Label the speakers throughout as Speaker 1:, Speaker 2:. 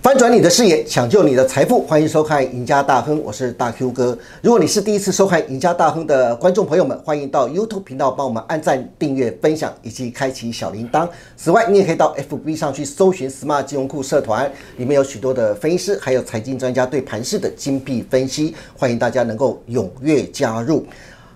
Speaker 1: 翻转你的视野，抢救你的财富，欢迎收看《赢家大亨》，我是大 Q 哥。如果你是第一次收看《赢家大亨》的观众朋友们，欢迎到 YouTube 频道帮我们按赞、订阅、分享以及开启小铃铛。此外，你也可以到 FB 上去搜寻 “Smart 金融库社团”，里面有许多的分析师还有财经专家对盘市的精辟分析，欢迎大家能够踊跃加入。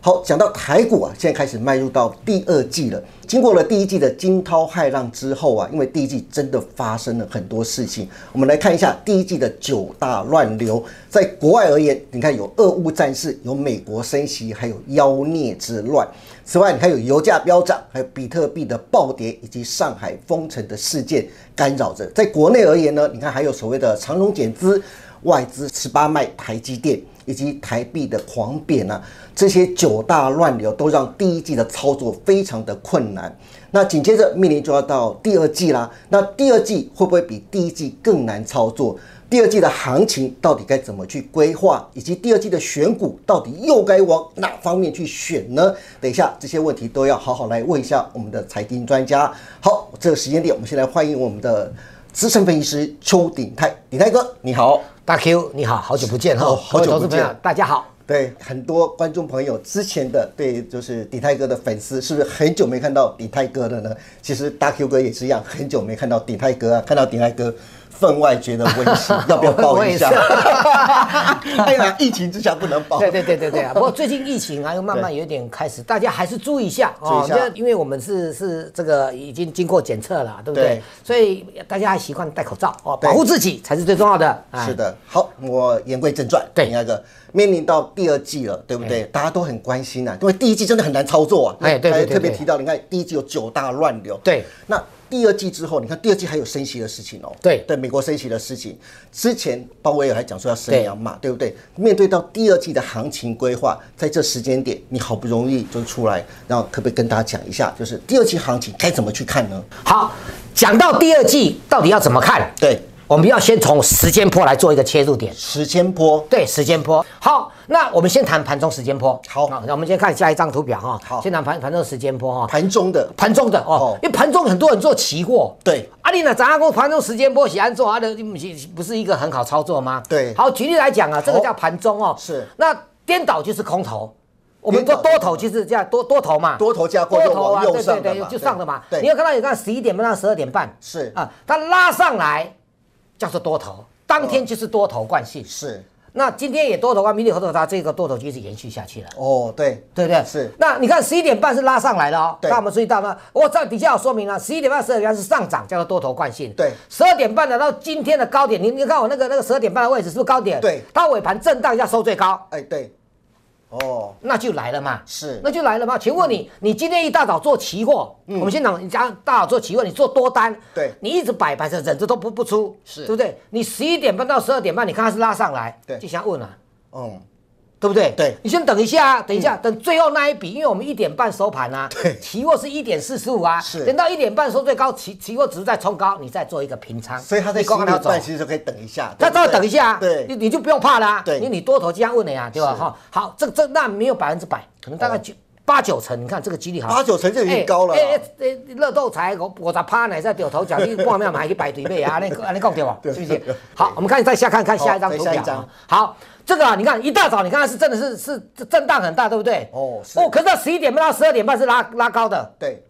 Speaker 1: 好，讲到台股啊，现在开始迈入到第二季了。经过了第一季的惊涛骇浪之后啊，因为第一季真的发生了很多事情，我们来看一下第一季的九大乱流。在国外而言，你看有俄乌战事，有美国升息，还有妖孽之乱。此外，你还有油价飙涨，还有比特币的暴跌，以及上海封城的事件干扰着。在国内而言呢，你看还有所谓的长融减资，外资十八卖台积电。以及台币的狂贬啊，这些九大乱流都让第一季的操作非常的困难。那紧接着面临就要到第二季啦，那第二季会不会比第一季更难操作？第二季的行情到底该怎么去规划，以及第二季的选股到底又该往哪方面去选呢？等一下这些问题都要好好来问一下我们的财经专家。好，这个时间点我们先来欢迎我们的资深分析师邱鼎泰，鼎泰哥你好。
Speaker 2: 大 Q，你好，好久不见哈、
Speaker 1: 哦好久
Speaker 2: 各位投资
Speaker 1: 不见
Speaker 2: 朋友大 家好。
Speaker 1: 对很多观众朋友之前的对就是鼎泰哥的粉丝，是不是很久没看到鼎泰哥了呢？其实大 Q 哥也是一样，很久没看到鼎泰哥啊，看到鼎泰哥分外觉得温馨，要不要抱一下
Speaker 2: 我也？
Speaker 1: 哎呀，疫情之下不能抱。
Speaker 2: 对对对对对 啊！不过最近疫情啊，又慢慢
Speaker 1: 哦对
Speaker 2: 有点开始，大家还是注意一下
Speaker 1: 注意一下
Speaker 2: 这因为我们是是这个已经经过检测了，对不对
Speaker 1: 对？
Speaker 2: 所以大家还习惯戴口罩哦，
Speaker 1: 对
Speaker 2: 保护自己才是最重要的。哎
Speaker 1: 是，的，好，我言归正传。
Speaker 2: 对
Speaker 1: 鼎泰哥面临到第二季了，对不对？大家都很关心啊，因为第一季真的很难操作啊。
Speaker 2: 哎对对
Speaker 1: 还
Speaker 2: 对对
Speaker 1: 特别提到，你看第一季有九大乱流。
Speaker 2: 对，
Speaker 1: 那第二季之后，你看第二季还有升息的事情哦。
Speaker 2: 对
Speaker 1: 对，美国升息的事情，之前鲍威尔还讲说要升两码，对不对？面对到第二季的行情规划，在这时间点，你好不容易就出来，然后可不可以跟大家讲一下，就是第二季行情该怎么去看呢？
Speaker 2: 好，讲到第二季到底要怎么看？
Speaker 1: 对，
Speaker 2: 我们要先从时间波来做一个切入点。
Speaker 1: 时间波。
Speaker 2: 对，时间波。好，那我们先谈盘中时间波。
Speaker 1: 好
Speaker 2: 那我们先看下一张图表哈。
Speaker 1: 好
Speaker 2: 先谈盘盘中时间波哈。
Speaker 1: 盘中的
Speaker 2: 盘中的哦
Speaker 1: 哦，
Speaker 2: 因为盘中很多人做期货，
Speaker 1: 对
Speaker 2: 啊，你呢？咱阿公盘中时间波喜安做，啊，的不是不是一个很好操作吗？
Speaker 1: 对
Speaker 2: 好，举例来讲啊，这个叫盘中哦，
Speaker 1: 是
Speaker 2: 那颠倒就是空头。我们
Speaker 1: 颠
Speaker 2: 多
Speaker 1: 倒
Speaker 2: 多头就是这样，多多头嘛，
Speaker 1: 多头架构
Speaker 2: 多头啊，
Speaker 1: 就往右
Speaker 2: 对
Speaker 1: 上
Speaker 2: 对
Speaker 1: 的
Speaker 2: 对，
Speaker 1: 嘛
Speaker 2: 就上的嘛。
Speaker 1: 对对
Speaker 2: 你有看到有看十一点半到十二点半
Speaker 1: 是
Speaker 2: 啊，它拉上来叫做多头，当天就是多头惯性。
Speaker 1: 是
Speaker 2: 那今天也多头啊，明天也多头，它这个多头就一直延续下去了。
Speaker 1: 哦，对
Speaker 2: 对不对？
Speaker 1: 是
Speaker 2: 那你看十一点半是拉上来的哦，
Speaker 1: 对
Speaker 2: 那我们注意到呢，我在底下有说明了，十一点半、十二点半是上涨，叫做多头惯性。
Speaker 1: 对
Speaker 2: 十二点半呢到今天的高点，你你看我那个那个十二点半的位置是不是高点？
Speaker 1: 对
Speaker 2: 它尾盘震荡一下收最高，
Speaker 1: 哎对，哦
Speaker 2: 那就来了嘛。
Speaker 1: 是嗯
Speaker 2: 那就来了嘛。请问你，你今天一大早做期货，我们先讲，你讲大早做期货，你做多单，
Speaker 1: 对
Speaker 2: 你一直摆摆着，忍着都不不出，
Speaker 1: 是
Speaker 2: 对不对？你十一点半到十二点半，你看它是拉上来，
Speaker 1: 对
Speaker 2: 就想问了、啊
Speaker 1: 嗯
Speaker 2: 对不对？
Speaker 1: 对嗯
Speaker 2: 你先等一下啊，等一下，等最后那一笔，因为我们一点半收盘啊，
Speaker 1: 对
Speaker 2: 期货是一点四十五啊，
Speaker 1: 是
Speaker 2: 等到一点半收最高，期期货只是在冲高，你再做一个平仓，
Speaker 1: 所以他在
Speaker 2: 你
Speaker 1: 十一
Speaker 2: 光看它
Speaker 1: 点
Speaker 2: 走
Speaker 1: 半其实就可以等一下，
Speaker 2: 他
Speaker 1: 对
Speaker 2: 稍
Speaker 1: 不
Speaker 2: 微
Speaker 1: 对
Speaker 2: 等一下啊，
Speaker 1: 对，
Speaker 2: 你你就不用怕啦、
Speaker 1: 对
Speaker 2: 你你多头这样问了呀、对吧？
Speaker 1: 是
Speaker 2: 哈，好，这这那没有百分之百，可能大概九八九成，你看这个几率好，
Speaker 1: 八九成就已经高了啦
Speaker 2: 哎哎哎，乐透彩我我咋趴呢？在掉头奖，你半秒买去摆 对背啊？那那讲对吧？
Speaker 1: 对
Speaker 2: 是不
Speaker 1: 对
Speaker 2: 是
Speaker 1: 对？
Speaker 2: 好，我们看再下看看下一张
Speaker 1: 好
Speaker 2: 图
Speaker 1: 再下
Speaker 2: 表
Speaker 1: 一张
Speaker 2: 啊。好，这个啊，你看一大早，你看它是真的是是是震荡很大，对不对？
Speaker 1: 哦是
Speaker 2: 哦，可是到十一点半到十二点半是拉拉高的，
Speaker 1: 对，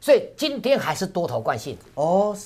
Speaker 2: 所以今天还是多头惯性。
Speaker 1: 哦，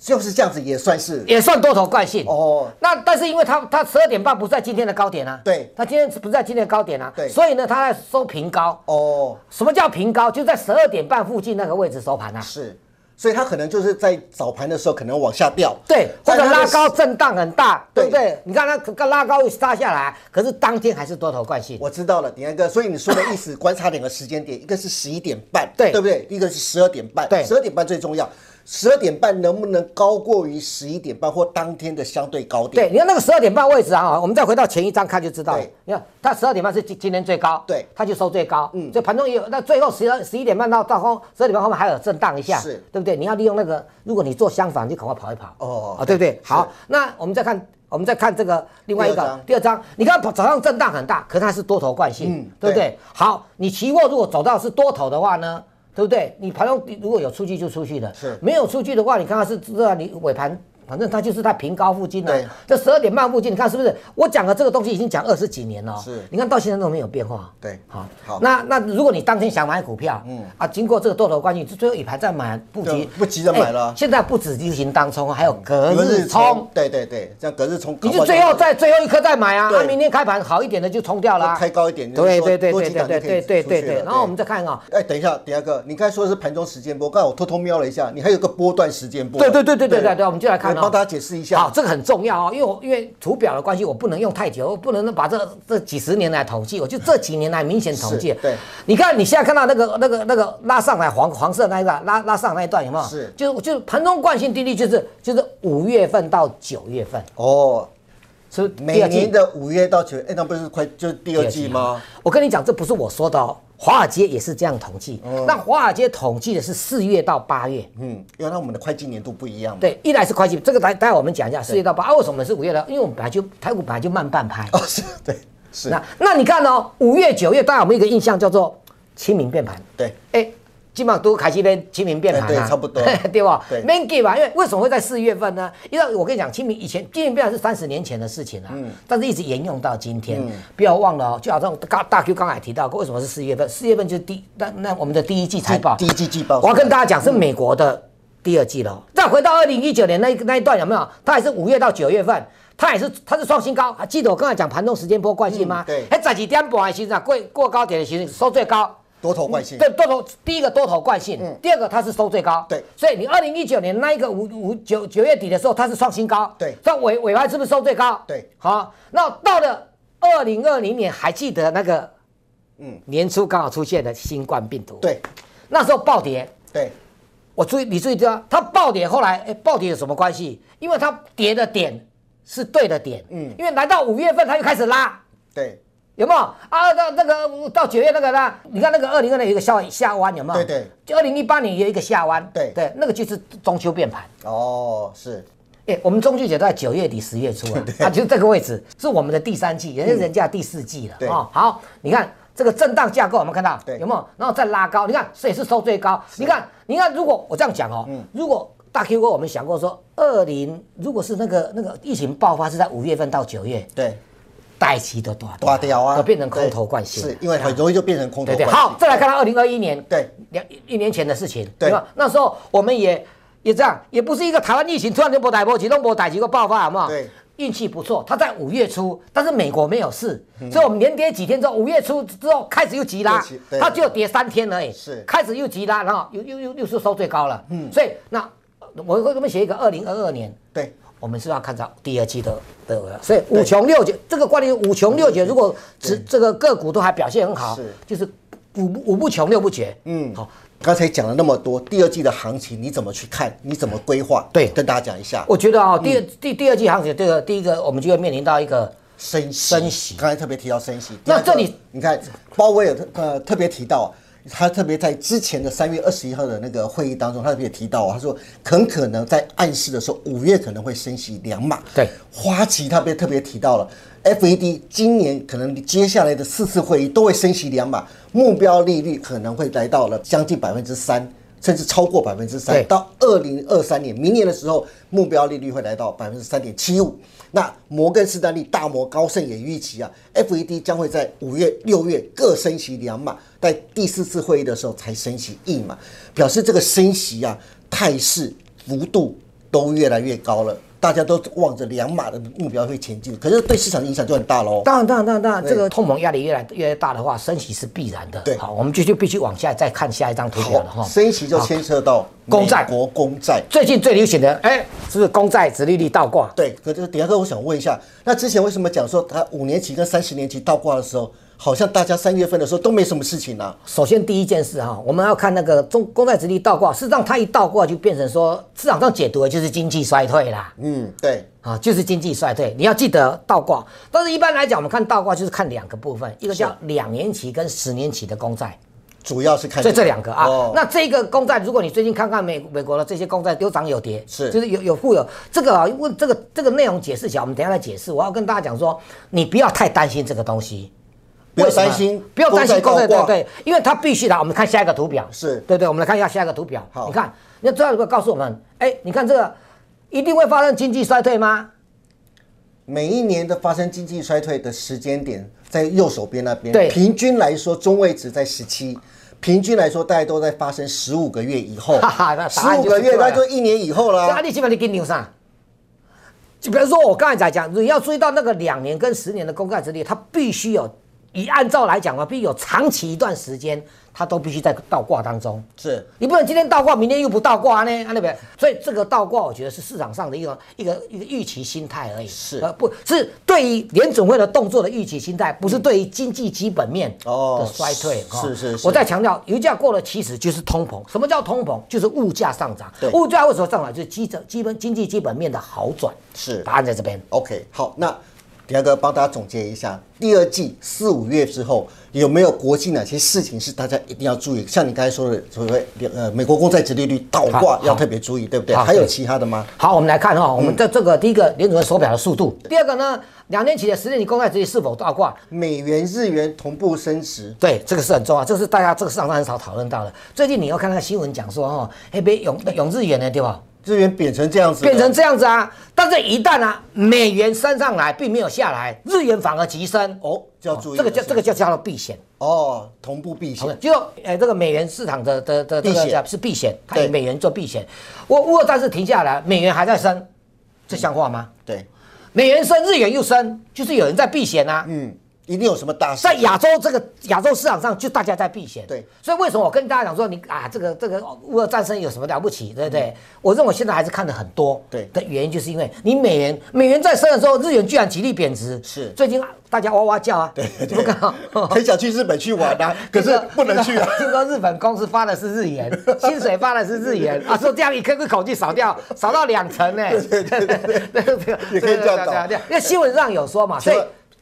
Speaker 1: 就是这样子也算是
Speaker 2: 也算多头惯性
Speaker 1: 哦
Speaker 2: 哦。那但是因为它它十二点半不是在今天的高点啊，
Speaker 1: 对
Speaker 2: 它今天不是在今天的高点啊，
Speaker 1: 对
Speaker 2: 所以呢它在收平高。
Speaker 1: 哦
Speaker 2: 什么叫平高？就在十二点半附近那个位置收盘啊。
Speaker 1: 是，所以他可能就是在早盘的时候可能往下掉，
Speaker 2: 对，或
Speaker 1: 但
Speaker 2: 者
Speaker 1: 他的
Speaker 2: 拉高，震荡很大，
Speaker 1: 对
Speaker 2: 对不对？你看它刚拉高又杀下来，可是当天还是多头惯性。
Speaker 1: 我知道了，点安哥，所以你说的意思，观察两个时间点，一个是十一点半，
Speaker 2: 对
Speaker 1: 对不对？一个是十二点半，
Speaker 2: 对
Speaker 1: 十二点半最重要。十二点半能不能高过于十一点半或当天的相对高点？
Speaker 2: 对，你看那个十二点半位置啊，我们再回到前一张看就知道了
Speaker 1: 对。
Speaker 2: 你看它十二点半是今今天最高，
Speaker 1: 对
Speaker 2: 它就收最高。嗯，所以盘中也有，那最后十二十一点半到到后十二点半后面还有震荡一下，
Speaker 1: 是
Speaker 2: 对不对？你要利用那个，如果你做相反，就赶快跑一跑。
Speaker 1: 哦
Speaker 2: 啊，对不对？
Speaker 1: 是
Speaker 2: 好，那我们再看。我们再看这个另外一
Speaker 1: 第二
Speaker 2: 个
Speaker 1: 张
Speaker 2: 第二张，你看早上震荡很大，可是它是多头惯性，
Speaker 1: 嗯
Speaker 2: 对不
Speaker 1: 对
Speaker 2: 对？好，你期货如果走到是多头的话呢，对不对？你盘中如果有出去就出去的，
Speaker 1: 是
Speaker 2: 没有出去的话，你看它是这样，你尾盘反正它就是在平高附近啊呢、
Speaker 1: 对
Speaker 2: 这十二点半附近，你看是不是？我讲的这个东西已经讲二十几年了哦、
Speaker 1: 是
Speaker 2: 你看到现在都没有变化。
Speaker 1: 对
Speaker 2: 好，
Speaker 1: 好
Speaker 2: 那那如果你当天想买股票，嗯啊，经过这个多头关系，最后一盘再买，不
Speaker 1: 对
Speaker 2: 急
Speaker 1: 不急着买了
Speaker 2: 哎现在不止流行当冲，还有隔
Speaker 1: 隔
Speaker 2: 日
Speaker 1: 日
Speaker 2: 冲
Speaker 1: 冲，，对对对，这样隔日冲，搞
Speaker 2: 你
Speaker 1: 不
Speaker 2: 就
Speaker 1: 好
Speaker 2: 最后再最后一颗再买啊，
Speaker 1: 对
Speaker 2: 那明天开盘好一点的就冲掉了啊。
Speaker 1: 开高一点，
Speaker 2: 对
Speaker 1: 就是
Speaker 2: 对
Speaker 1: 说多
Speaker 2: 对对
Speaker 1: 几
Speaker 2: 对
Speaker 1: 档就
Speaker 2: 对
Speaker 1: 可以
Speaker 2: 对对
Speaker 1: 出去
Speaker 2: 对
Speaker 1: 了
Speaker 2: 对。然后我们再看啊，
Speaker 1: 哎，等一下，第二个，你刚才说的是盘中时间波，刚才我偷偷瞄了一下，你还有个波段时间波。啊哎
Speaker 2: 对对对对对对对，我们就来看啊，
Speaker 1: 帮大家解释一下。
Speaker 2: 好，这个很重要哦，因为我因为图表的关系，我不能用太久，我不能把这这几十年来统计，我就这几年来明显统计
Speaker 1: 是。对，
Speaker 2: 你看你现在看到那个那个那个拉上来黄黄色那一段拉拉上来那一段有没有？
Speaker 1: 是
Speaker 2: 就就盘中惯性低率就是就是五月份到九月份，
Speaker 1: 哦，
Speaker 2: 是不是第
Speaker 1: 每
Speaker 2: 二季
Speaker 1: 年的五月到九月，哎，那不是快就是第二季吗？？
Speaker 2: 啊我跟你讲，这不是我说的哦，华尔街也是这样统计。那华尔街统计的是四月到八月。
Speaker 1: 嗯，因为那我们的会计年度不一样嘛。
Speaker 2: 对，一来是会计，这个待待会我们讲一下四月到八啊，为什么是五月呢？因为我们本来就台股本来就慢半拍，
Speaker 1: 哦，是，对，是，
Speaker 2: 那那你看哦，五月九月，大家有没有一个印象叫做清明变盘？
Speaker 1: 对，
Speaker 2: 哎，基本上都开始变清明变盘了、
Speaker 1: 哎对差不多
Speaker 2: 对吧？
Speaker 1: 对
Speaker 2: m a n g i 吧，因为为什么会在四月份呢？因为我跟你讲，清明以前清明变盘是三十年前的事情啊，
Speaker 1: 嗯
Speaker 2: 但是一直沿用到今天。不要忘了哦，就好像大大 Q 刚才提到过，为什么是四月份？四月份就是第那那我们的第一季财报，
Speaker 1: 第第一季季报
Speaker 2: 我要跟大家讲是美国的第二季了哦。再回到二零一九年那一那一段有没有？它也是五月到九月份。它也是，它是创新高，啊还记得我刚才讲盘中时间波惯性吗？
Speaker 1: 嗯对
Speaker 2: 哎，在几点半的时候啊，过过高点的时候收最高，
Speaker 1: 多头惯性
Speaker 2: 对，多头第一个多头惯性，第二个它是收最高，
Speaker 1: 嗯对
Speaker 2: 所以你二零一九年那一个五五九九月底的时候，它是创新高，
Speaker 1: 对
Speaker 2: 算尾尾盘是不是收最高？
Speaker 1: 对，
Speaker 2: 好，那到了二零二零年，还记得那个，
Speaker 1: 嗯
Speaker 2: 嗯，年初刚好出现的新冠病毒，，
Speaker 1: 对，
Speaker 2: 那时候暴跌，
Speaker 1: 对，
Speaker 2: 我注意你注意到它暴跌，后来哎暴跌有什么关系？因为它跌的点是对的点，嗯，因为来到五月份它又开始拉，
Speaker 1: 对，
Speaker 2: 有没有啊？到那个到九月那个呢？你看那个二零二零有一个下下弯，有没有？
Speaker 1: 对对。
Speaker 2: 就二零一八年也有一个下弯，
Speaker 1: 对
Speaker 2: 对，那个就是中秋变盘。
Speaker 1: 哦，是，
Speaker 2: 哎、我们中秋节都在九月底十月初 啊，啊，就是这个位置是我们的第三季，人家人家第四季了
Speaker 1: 嗯
Speaker 2: 啊、
Speaker 1: 对
Speaker 2: 好，你看这个震荡架构有没有看到？
Speaker 1: 对
Speaker 2: 有没有？然后再拉高，你看这也是收最高。你看，你看，如果我这样讲哦，
Speaker 1: 嗯
Speaker 2: 如果大 Q 哥我们想过说，二零如果是那个那个疫情爆发是在五月份到九月，
Speaker 1: 对，
Speaker 2: 带期都断
Speaker 1: 大掉啊，
Speaker 2: 都变成空头惯性了，
Speaker 1: 对是因为很容易就变成空头
Speaker 2: 对
Speaker 1: 惯
Speaker 2: 对，
Speaker 1: 性。
Speaker 2: 好，再来看到二零二一年，
Speaker 1: 对，
Speaker 2: 两一年前的事情，
Speaker 1: 对
Speaker 2: 吧？那时候我们也也这样，也不是一个台湾疫情突然就波逮波及，弄波逮几个爆发，好不好？
Speaker 1: 对，
Speaker 2: 运气不错，它在五月初，但是美国没有事，所以我们连跌几天之后，五月初之后开始又急
Speaker 1: 嗯
Speaker 2: 拉
Speaker 1: 又急，对
Speaker 2: 它只有跌三天而已，
Speaker 1: 是
Speaker 2: 开始又急拉，然后又又又又是收最高了，嗯，所以那我会这么写一个二零二二年。
Speaker 1: 对，
Speaker 2: 我们是要看到第二季的的，所以五穷六绝这个关于五穷六绝，如果只这个个股都还表现很好
Speaker 1: 是，
Speaker 2: 就是五不五不穷六不绝，嗯，好，
Speaker 1: 刚才讲了那么多，第二季的行情你怎么去看？你怎么规划？
Speaker 2: 对
Speaker 1: 跟大家讲一下。
Speaker 2: 我觉得啊、第二第第二季行情，这个第一个我们就会面临到一个
Speaker 1: 升息，
Speaker 2: 升息
Speaker 1: 刚才特别提到升息。第
Speaker 2: 那
Speaker 1: 二个
Speaker 2: 这里
Speaker 1: 你看，鲍威尔特呃特别提到，他特别在之前的三月二十一号的那个会议当中，他特别提到，他说很可能在暗示的时候，五月可能会升息两码。
Speaker 2: 对，
Speaker 1: 花旗特别特别提到了。FED 今年可能接下来的四次会议都会升息两码，目标利率可能会来到了将近百分之三，甚至超过百分之三
Speaker 2: 对。
Speaker 1: 到二零二三年明年的时候，目标利率会来到百分之三点七五。那摩根士丹利、大摩、高盛也预期啊，FED 将会在五月、六月各升息两码，在第四次会议的时候才升息一码，表示这个升息啊态势幅度都越来越高了。大家都望着两码的目标会前进，可是对市场影响就很大喽。
Speaker 2: 当然，当然，当然，当然，
Speaker 1: 对
Speaker 2: 这个通膨压力越来越大的话，升息是必然的。
Speaker 1: 对
Speaker 2: 好，我们就就必须往下再看下一张图表了
Speaker 1: 好，
Speaker 2: 哈。
Speaker 1: 升息就
Speaker 2: 好
Speaker 1: 牵涉到
Speaker 2: 公债
Speaker 1: 美国公债。
Speaker 2: 最近最流行的，哎，是不是公债殖利率倒挂？
Speaker 1: 对，可是等下哥，我想问一下，那之前为什么讲说它五年期跟三十年期倒挂的时候，好像大家三月份的时候都没什么事情啊？
Speaker 2: 首先第一件事哈，我们要看那个中公债殖利率倒挂，事实上它一倒挂就变成说市场上解读的就是经济衰退啦。
Speaker 1: 嗯，对，
Speaker 2: 啊，就是经济衰退，你要记得倒挂。但是一般来讲，我们看倒挂就是看两个部分，一个叫两年期跟十年期的公债，
Speaker 1: 主要是看
Speaker 2: 所以这两个啊。
Speaker 1: 哦
Speaker 2: 那这个公债，如果你最近看看美美国的这些公债有涨有跌，
Speaker 1: 是
Speaker 2: 就是有有富有这个啊，问这个这个内容解释起来，我们等一下再解释。我要跟大家讲说，你不要太担心这个东西。
Speaker 1: 不要
Speaker 2: 为什么
Speaker 1: 担心
Speaker 2: 不要担心
Speaker 1: 公
Speaker 2: 公
Speaker 1: 债
Speaker 2: 债，
Speaker 1: 倒
Speaker 2: 对
Speaker 1: 挂
Speaker 2: 对，因为它必须的。我们看下一个图表，
Speaker 1: 是
Speaker 2: 对对，我们来看一下下一个图表。
Speaker 1: 好
Speaker 2: 你看，那这样有没有告诉我们？哎，你看这个一定会发生经济衰退吗？
Speaker 1: 每一年的发生经济衰退的时间点在右手边那边，
Speaker 2: 对
Speaker 1: 平均来说中位值在十七，平均来说大概都在发生十五个月以后
Speaker 2: 哈哈那，
Speaker 1: 十
Speaker 2: 答案
Speaker 1: 五
Speaker 2: 就是
Speaker 1: 个月
Speaker 2: 对了
Speaker 1: 那就一年以后
Speaker 2: 那
Speaker 1: 啦。
Speaker 2: 你基本你跟牛上。就比如说我刚才在讲，你要注意到那个两年跟十年的公告之力，它必须有，以按照来讲啊，必须有长期一段时间，它都必须在倒挂当中。
Speaker 1: 是，
Speaker 2: 你不能今天倒挂，明天又不倒挂呢，啊，对不对？所以这个倒挂，我觉得是市场上的一个一个一个预期心态而已。
Speaker 1: 是
Speaker 2: 呃，不是对于联准会的动作的预期心态，不是对于经济基本面
Speaker 1: 哦
Speaker 2: 的衰退。
Speaker 1: 是是是是
Speaker 2: 我再强调，油价过了其实就是通膨。什么叫通膨？就是物价上涨
Speaker 1: 对。
Speaker 2: 物价为什么上涨？就是基本基本经济基本面的好转。
Speaker 1: 是
Speaker 2: 答案在这边。
Speaker 1: OK，好，那迪亚哥帮大家总结一下，第二季四五月之后有没有国际哪些事情是大家一定要注意？像你刚才说的，所谓呃美国公债殖利率倒挂
Speaker 2: 好
Speaker 1: 要特别注意，对不对？
Speaker 2: 好
Speaker 1: 还有
Speaker 2: 对
Speaker 1: 其他的吗？
Speaker 2: 好，我们来看哈、我们
Speaker 1: 嗯
Speaker 2: 这这个第一个联储会手表的速度，第二个呢，两年期的十年期公债利率是否倒挂？
Speaker 1: 美元、日元同步升值，
Speaker 2: 对，这个是很重要，这是大家这个市场上很少讨论到的。最近你要看那个新闻讲说，哦，哎，别永永日元呢，对吧？
Speaker 1: 日元贬成这样子了，
Speaker 2: 变成这样子啊，但是一旦啊美元升上来，并没有下来，日元反而急升，
Speaker 1: 哦，就要注意
Speaker 2: 这
Speaker 1: 了是
Speaker 2: 个叫
Speaker 1: 不是
Speaker 2: 这个叫叫做避险。
Speaker 1: 哦，同步避
Speaker 2: 好的
Speaker 1: 险，
Speaker 2: 就呃这个美元市场的的的这
Speaker 1: 避险
Speaker 2: 个是避险，它
Speaker 1: 对
Speaker 2: 以美元做避险。我乌俄战事停下来，美元还在升，这像话吗？
Speaker 1: 对，
Speaker 2: 美元升，日元又升，就是有人在避险啊。
Speaker 1: 嗯，一定有什么大事
Speaker 2: 在，亚洲这个亚洲市场上，就大家在避险。
Speaker 1: 对，
Speaker 2: 所以为什么我跟大家讲说你啊，这个这个乌俄战争有什么了不起，对不对？我认为现在还是看的很多。
Speaker 1: 对
Speaker 2: 的原因就是因为你美元美元在升的时候，日元居然极力贬值。
Speaker 1: 是
Speaker 2: 最近大家哇哇叫啊，对
Speaker 1: 对很想去日本去玩 啊，可是不能去啊。
Speaker 2: 听说日本公司发的是日元，薪水发的是日元啊，说这样一个个口气少掉，少到两成呢。对对对对对，
Speaker 1: 也可以这样搞
Speaker 2: 对对对因为新闻上有说嘛，所以。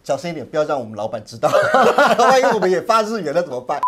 Speaker 1: 小心一点，不要让我们老板知道， 万一我们也发日元了怎么办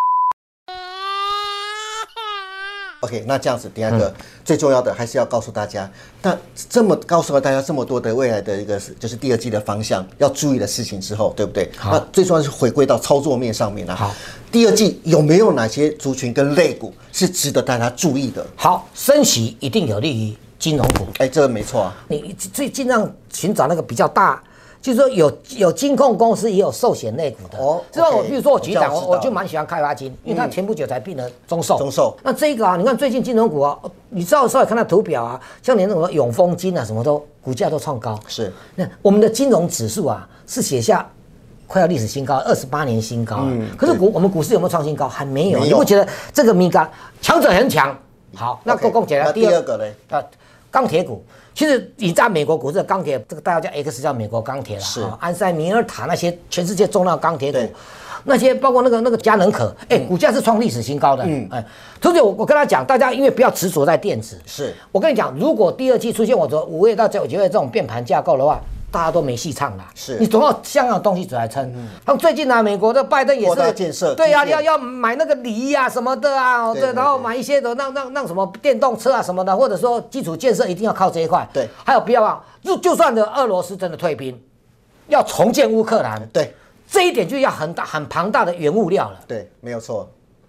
Speaker 1: ？OK，那这样子，第二
Speaker 2: 嗯
Speaker 1: 个、最重要的还是要告诉大家，那这么告诉了大家这么多的未来的一个就是第二季的方向要注意的事情之后，对不对？
Speaker 2: 好
Speaker 1: 那最重要是回归到操作面上面了、啊。
Speaker 2: 好，
Speaker 1: 第二季有没有哪些族群跟类股是值得大家注意的？
Speaker 2: 好，升息一定有利于金融股。
Speaker 1: 哎，这个没错啊。
Speaker 2: 你最尽量寻找那个比较大，就是说有有金控公司也有寿险类股的。
Speaker 1: 哦
Speaker 2: 哦，之后我
Speaker 1: OK，
Speaker 2: 比如说我举一档，
Speaker 1: 我这样
Speaker 2: 我
Speaker 1: 知道嗯
Speaker 2: 我就蛮喜欢开发金，因为它前不久才并了中寿。
Speaker 1: 中寿
Speaker 2: 那这个啊，你看最近金融股啊，你知道稍微看它图表啊，像连那种永丰金啊什么都股价都创高。
Speaker 1: 是，
Speaker 2: 那我们的金融指数啊是写下。快要历史新高，二十八年新高、啊。可是股我们股市有没有创新高？还没
Speaker 1: 嗯
Speaker 2: 有。啊
Speaker 1: 没有
Speaker 2: 你不觉得这个敏感强者很强？好，那
Speaker 1: OK，
Speaker 2: 共共起来
Speaker 1: 那
Speaker 2: 第
Speaker 1: 第
Speaker 2: 二
Speaker 1: 二个嘞
Speaker 2: 啊，钢铁股，其实你在美国股市的钢铁，这个大家叫 X 叫美国钢铁了，
Speaker 1: 是
Speaker 2: 啊安塞米尔塔那些全世界重要钢铁股
Speaker 1: 对，嗯
Speaker 2: 那些包括那个那个佳能可，哎、股价是创历史新高的，嗯，哎，所以我我跟他讲，大家因为不要执着在电子，
Speaker 1: 是
Speaker 2: 我跟你讲，如果第二季出现我说五月到九月这种变盘架构的话。大家都没戏唱了，
Speaker 1: 是嗯
Speaker 2: 你总要像样的东西走来撑。他们最近呢、啊，美国的拜登也
Speaker 1: 扩大
Speaker 2: 是
Speaker 1: 建设
Speaker 2: 对呀、
Speaker 1: 基建
Speaker 2: 要要买那个梨呀、什么的啊，哦
Speaker 1: 对
Speaker 2: 对，
Speaker 1: 对
Speaker 2: 然后
Speaker 1: 对
Speaker 2: 买一些的让让让什么电动车啊什么的，或者说基础建设一定要靠这一块。
Speaker 1: 对
Speaker 2: 还有不要忘，就就算的俄罗斯真的退兵，要重建乌克兰，
Speaker 1: 对
Speaker 2: 这一点就要很大很庞大的原物料了。
Speaker 1: 对，没有错。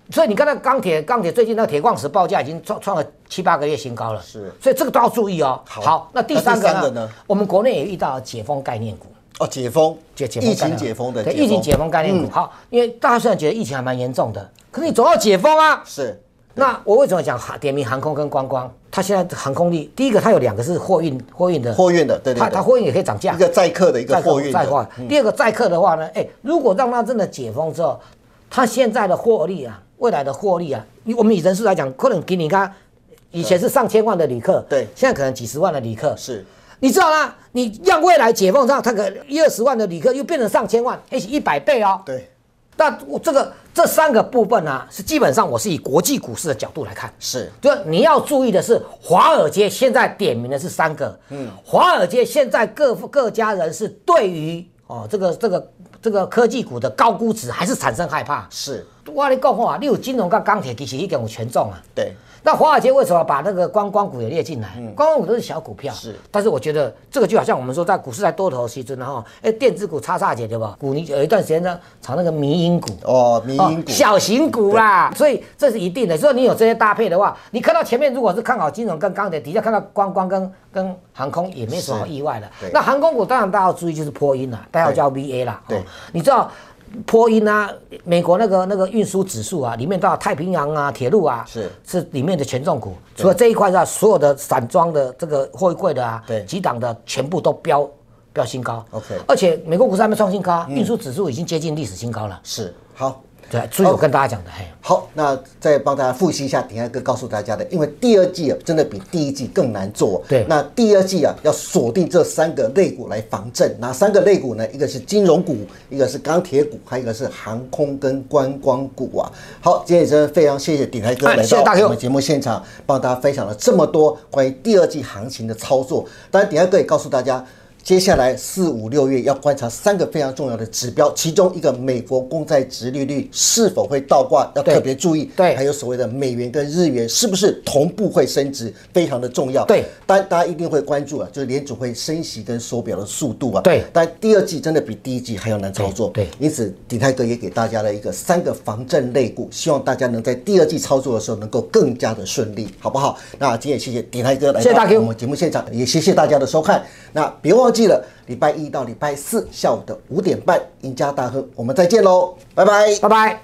Speaker 2: 所以你看那钢铁，钢铁最近那个铁矿石报价已经创创了七八个月新高了。
Speaker 1: 是
Speaker 2: 所以这个都要注意哦。
Speaker 1: 好
Speaker 2: 那第三
Speaker 1: 那第三
Speaker 2: 个
Speaker 1: 个
Speaker 2: 呢？
Speaker 1: 呢
Speaker 2: 我们国内也遇到解封概念股。
Speaker 1: 哦，解封，
Speaker 2: 解解封
Speaker 1: 疫
Speaker 2: 概
Speaker 1: 情
Speaker 2: 念
Speaker 1: 解封嗯的
Speaker 2: 对，疫情解封概念股。好，因为大家虽然觉得疫情还蛮严重的，可是你总要解封啊。
Speaker 1: 是
Speaker 2: 那我为什么讲航点名航空跟观光？它现在航空力，第一个它有两个是货运，货运的，
Speaker 1: 货运的，对对
Speaker 2: 呃它它
Speaker 1: 对，
Speaker 2: 货运也可以涨价
Speaker 1: 一，个载客的，一嗯个货运
Speaker 2: 载货
Speaker 1: 的，。
Speaker 2: 第二个载客的话呢，哎、如果让它真的解封之后，它现在的获利啊，未来的获利啊，以我们以人数来讲，可能给你看，以前是上千万的旅客，
Speaker 1: 嗯对
Speaker 2: 现在可能几十万的旅客，
Speaker 1: 是
Speaker 2: 你知道吗？你让未来解封之后，它可能一二十万的旅客又变成上千万，而且一百倍哦。
Speaker 1: 对，
Speaker 2: 那我这个这三个部分啊，是基本上我是以国际股市的角度来看，
Speaker 1: 是
Speaker 2: 就是你要注意的是，华尔街现在点名的是三个，嗯，华尔街现在各各家人是对于哦这个这个这个科技股的高估值还是产生害怕。
Speaker 1: 是，
Speaker 2: 我跟你讲啊，你有金融跟钢铁，其实已经有权重啊。
Speaker 1: 对，
Speaker 2: 那华尔街为什么把那个观光股也列进来？观光股都是小股票，
Speaker 1: 是
Speaker 2: 但是我觉得这个就好像我们说在股市在多头的时阵哈，哎，电子股叉叉姐对吧？股你有一段时间呢炒那个迷因股。
Speaker 1: 哦，民营股，
Speaker 2: 小型股啦，所以这是一定的。所以你有这些搭配的话，你看到前面如果是看好金融跟钢铁，底下看到观光跟跟航空也没什么好意外的
Speaker 1: 对。
Speaker 2: 那航空股当然大家要注意就是波音啊啦，代号叫 VA 啦。
Speaker 1: 对
Speaker 2: 哦你知道波音啊，美国那个那个运输指数啊，里面到太平洋啊、铁路啊，
Speaker 1: 是
Speaker 2: 是里面的权重股。除了这一块之外，所有的散装的这个货柜的啊，
Speaker 1: 对
Speaker 2: 几档的全部都标标新高。
Speaker 1: OK 嗯
Speaker 2: 而且美国股市还没创新高啊，运输指数已经接近历史新高了。
Speaker 1: 是好。
Speaker 2: 对，所以我跟大家讲的，嘿，
Speaker 1: 好，那再帮大家复习一下鼎泰哥告诉大家的，因为第二季啊，真的比第一季更难做。
Speaker 2: 对
Speaker 1: 那第二季啊，要锁定这三个类股来防震。哪三个类股呢？一个是金融股，一个是钢铁股，还有一个是航空跟观光股啊。好，今天也真的非常谢谢鼎泰哥
Speaker 2: 哎
Speaker 1: 来
Speaker 2: 谢谢大
Speaker 1: 到
Speaker 2: Q
Speaker 1: 我们节目现场，帮大家分享了这么多关于第二季行情的操作。当然，鼎泰哥也告诉大家。接下来四五六月要观察三个非常重要的指标，其中一个美国公债值利率是否会倒挂，要
Speaker 2: 对
Speaker 1: 特别注意。
Speaker 2: 对
Speaker 1: 还有所谓的美元跟日元是不是同步会升值，非常的重要。
Speaker 2: 对，
Speaker 1: 当然大家一定会关注啊，就是联储会升息跟缩表的速度啊。
Speaker 2: 对
Speaker 1: 但第二季真的比第一季还要难操作。
Speaker 2: 对对
Speaker 1: 因此鼎泰哥也给大家了一个三个防震类股，希望大家能在第二季操作的时候能够更加的顺利，好不好？那今天也谢谢鼎泰哥来
Speaker 2: 谢谢
Speaker 1: 到
Speaker 2: 大 Q
Speaker 1: 我们节目现场，也谢谢大家的收看。那别忘记了，礼拜一到礼拜四下午的五点半，赢家大亨，我们再见喽，拜拜。
Speaker 2: 拜拜。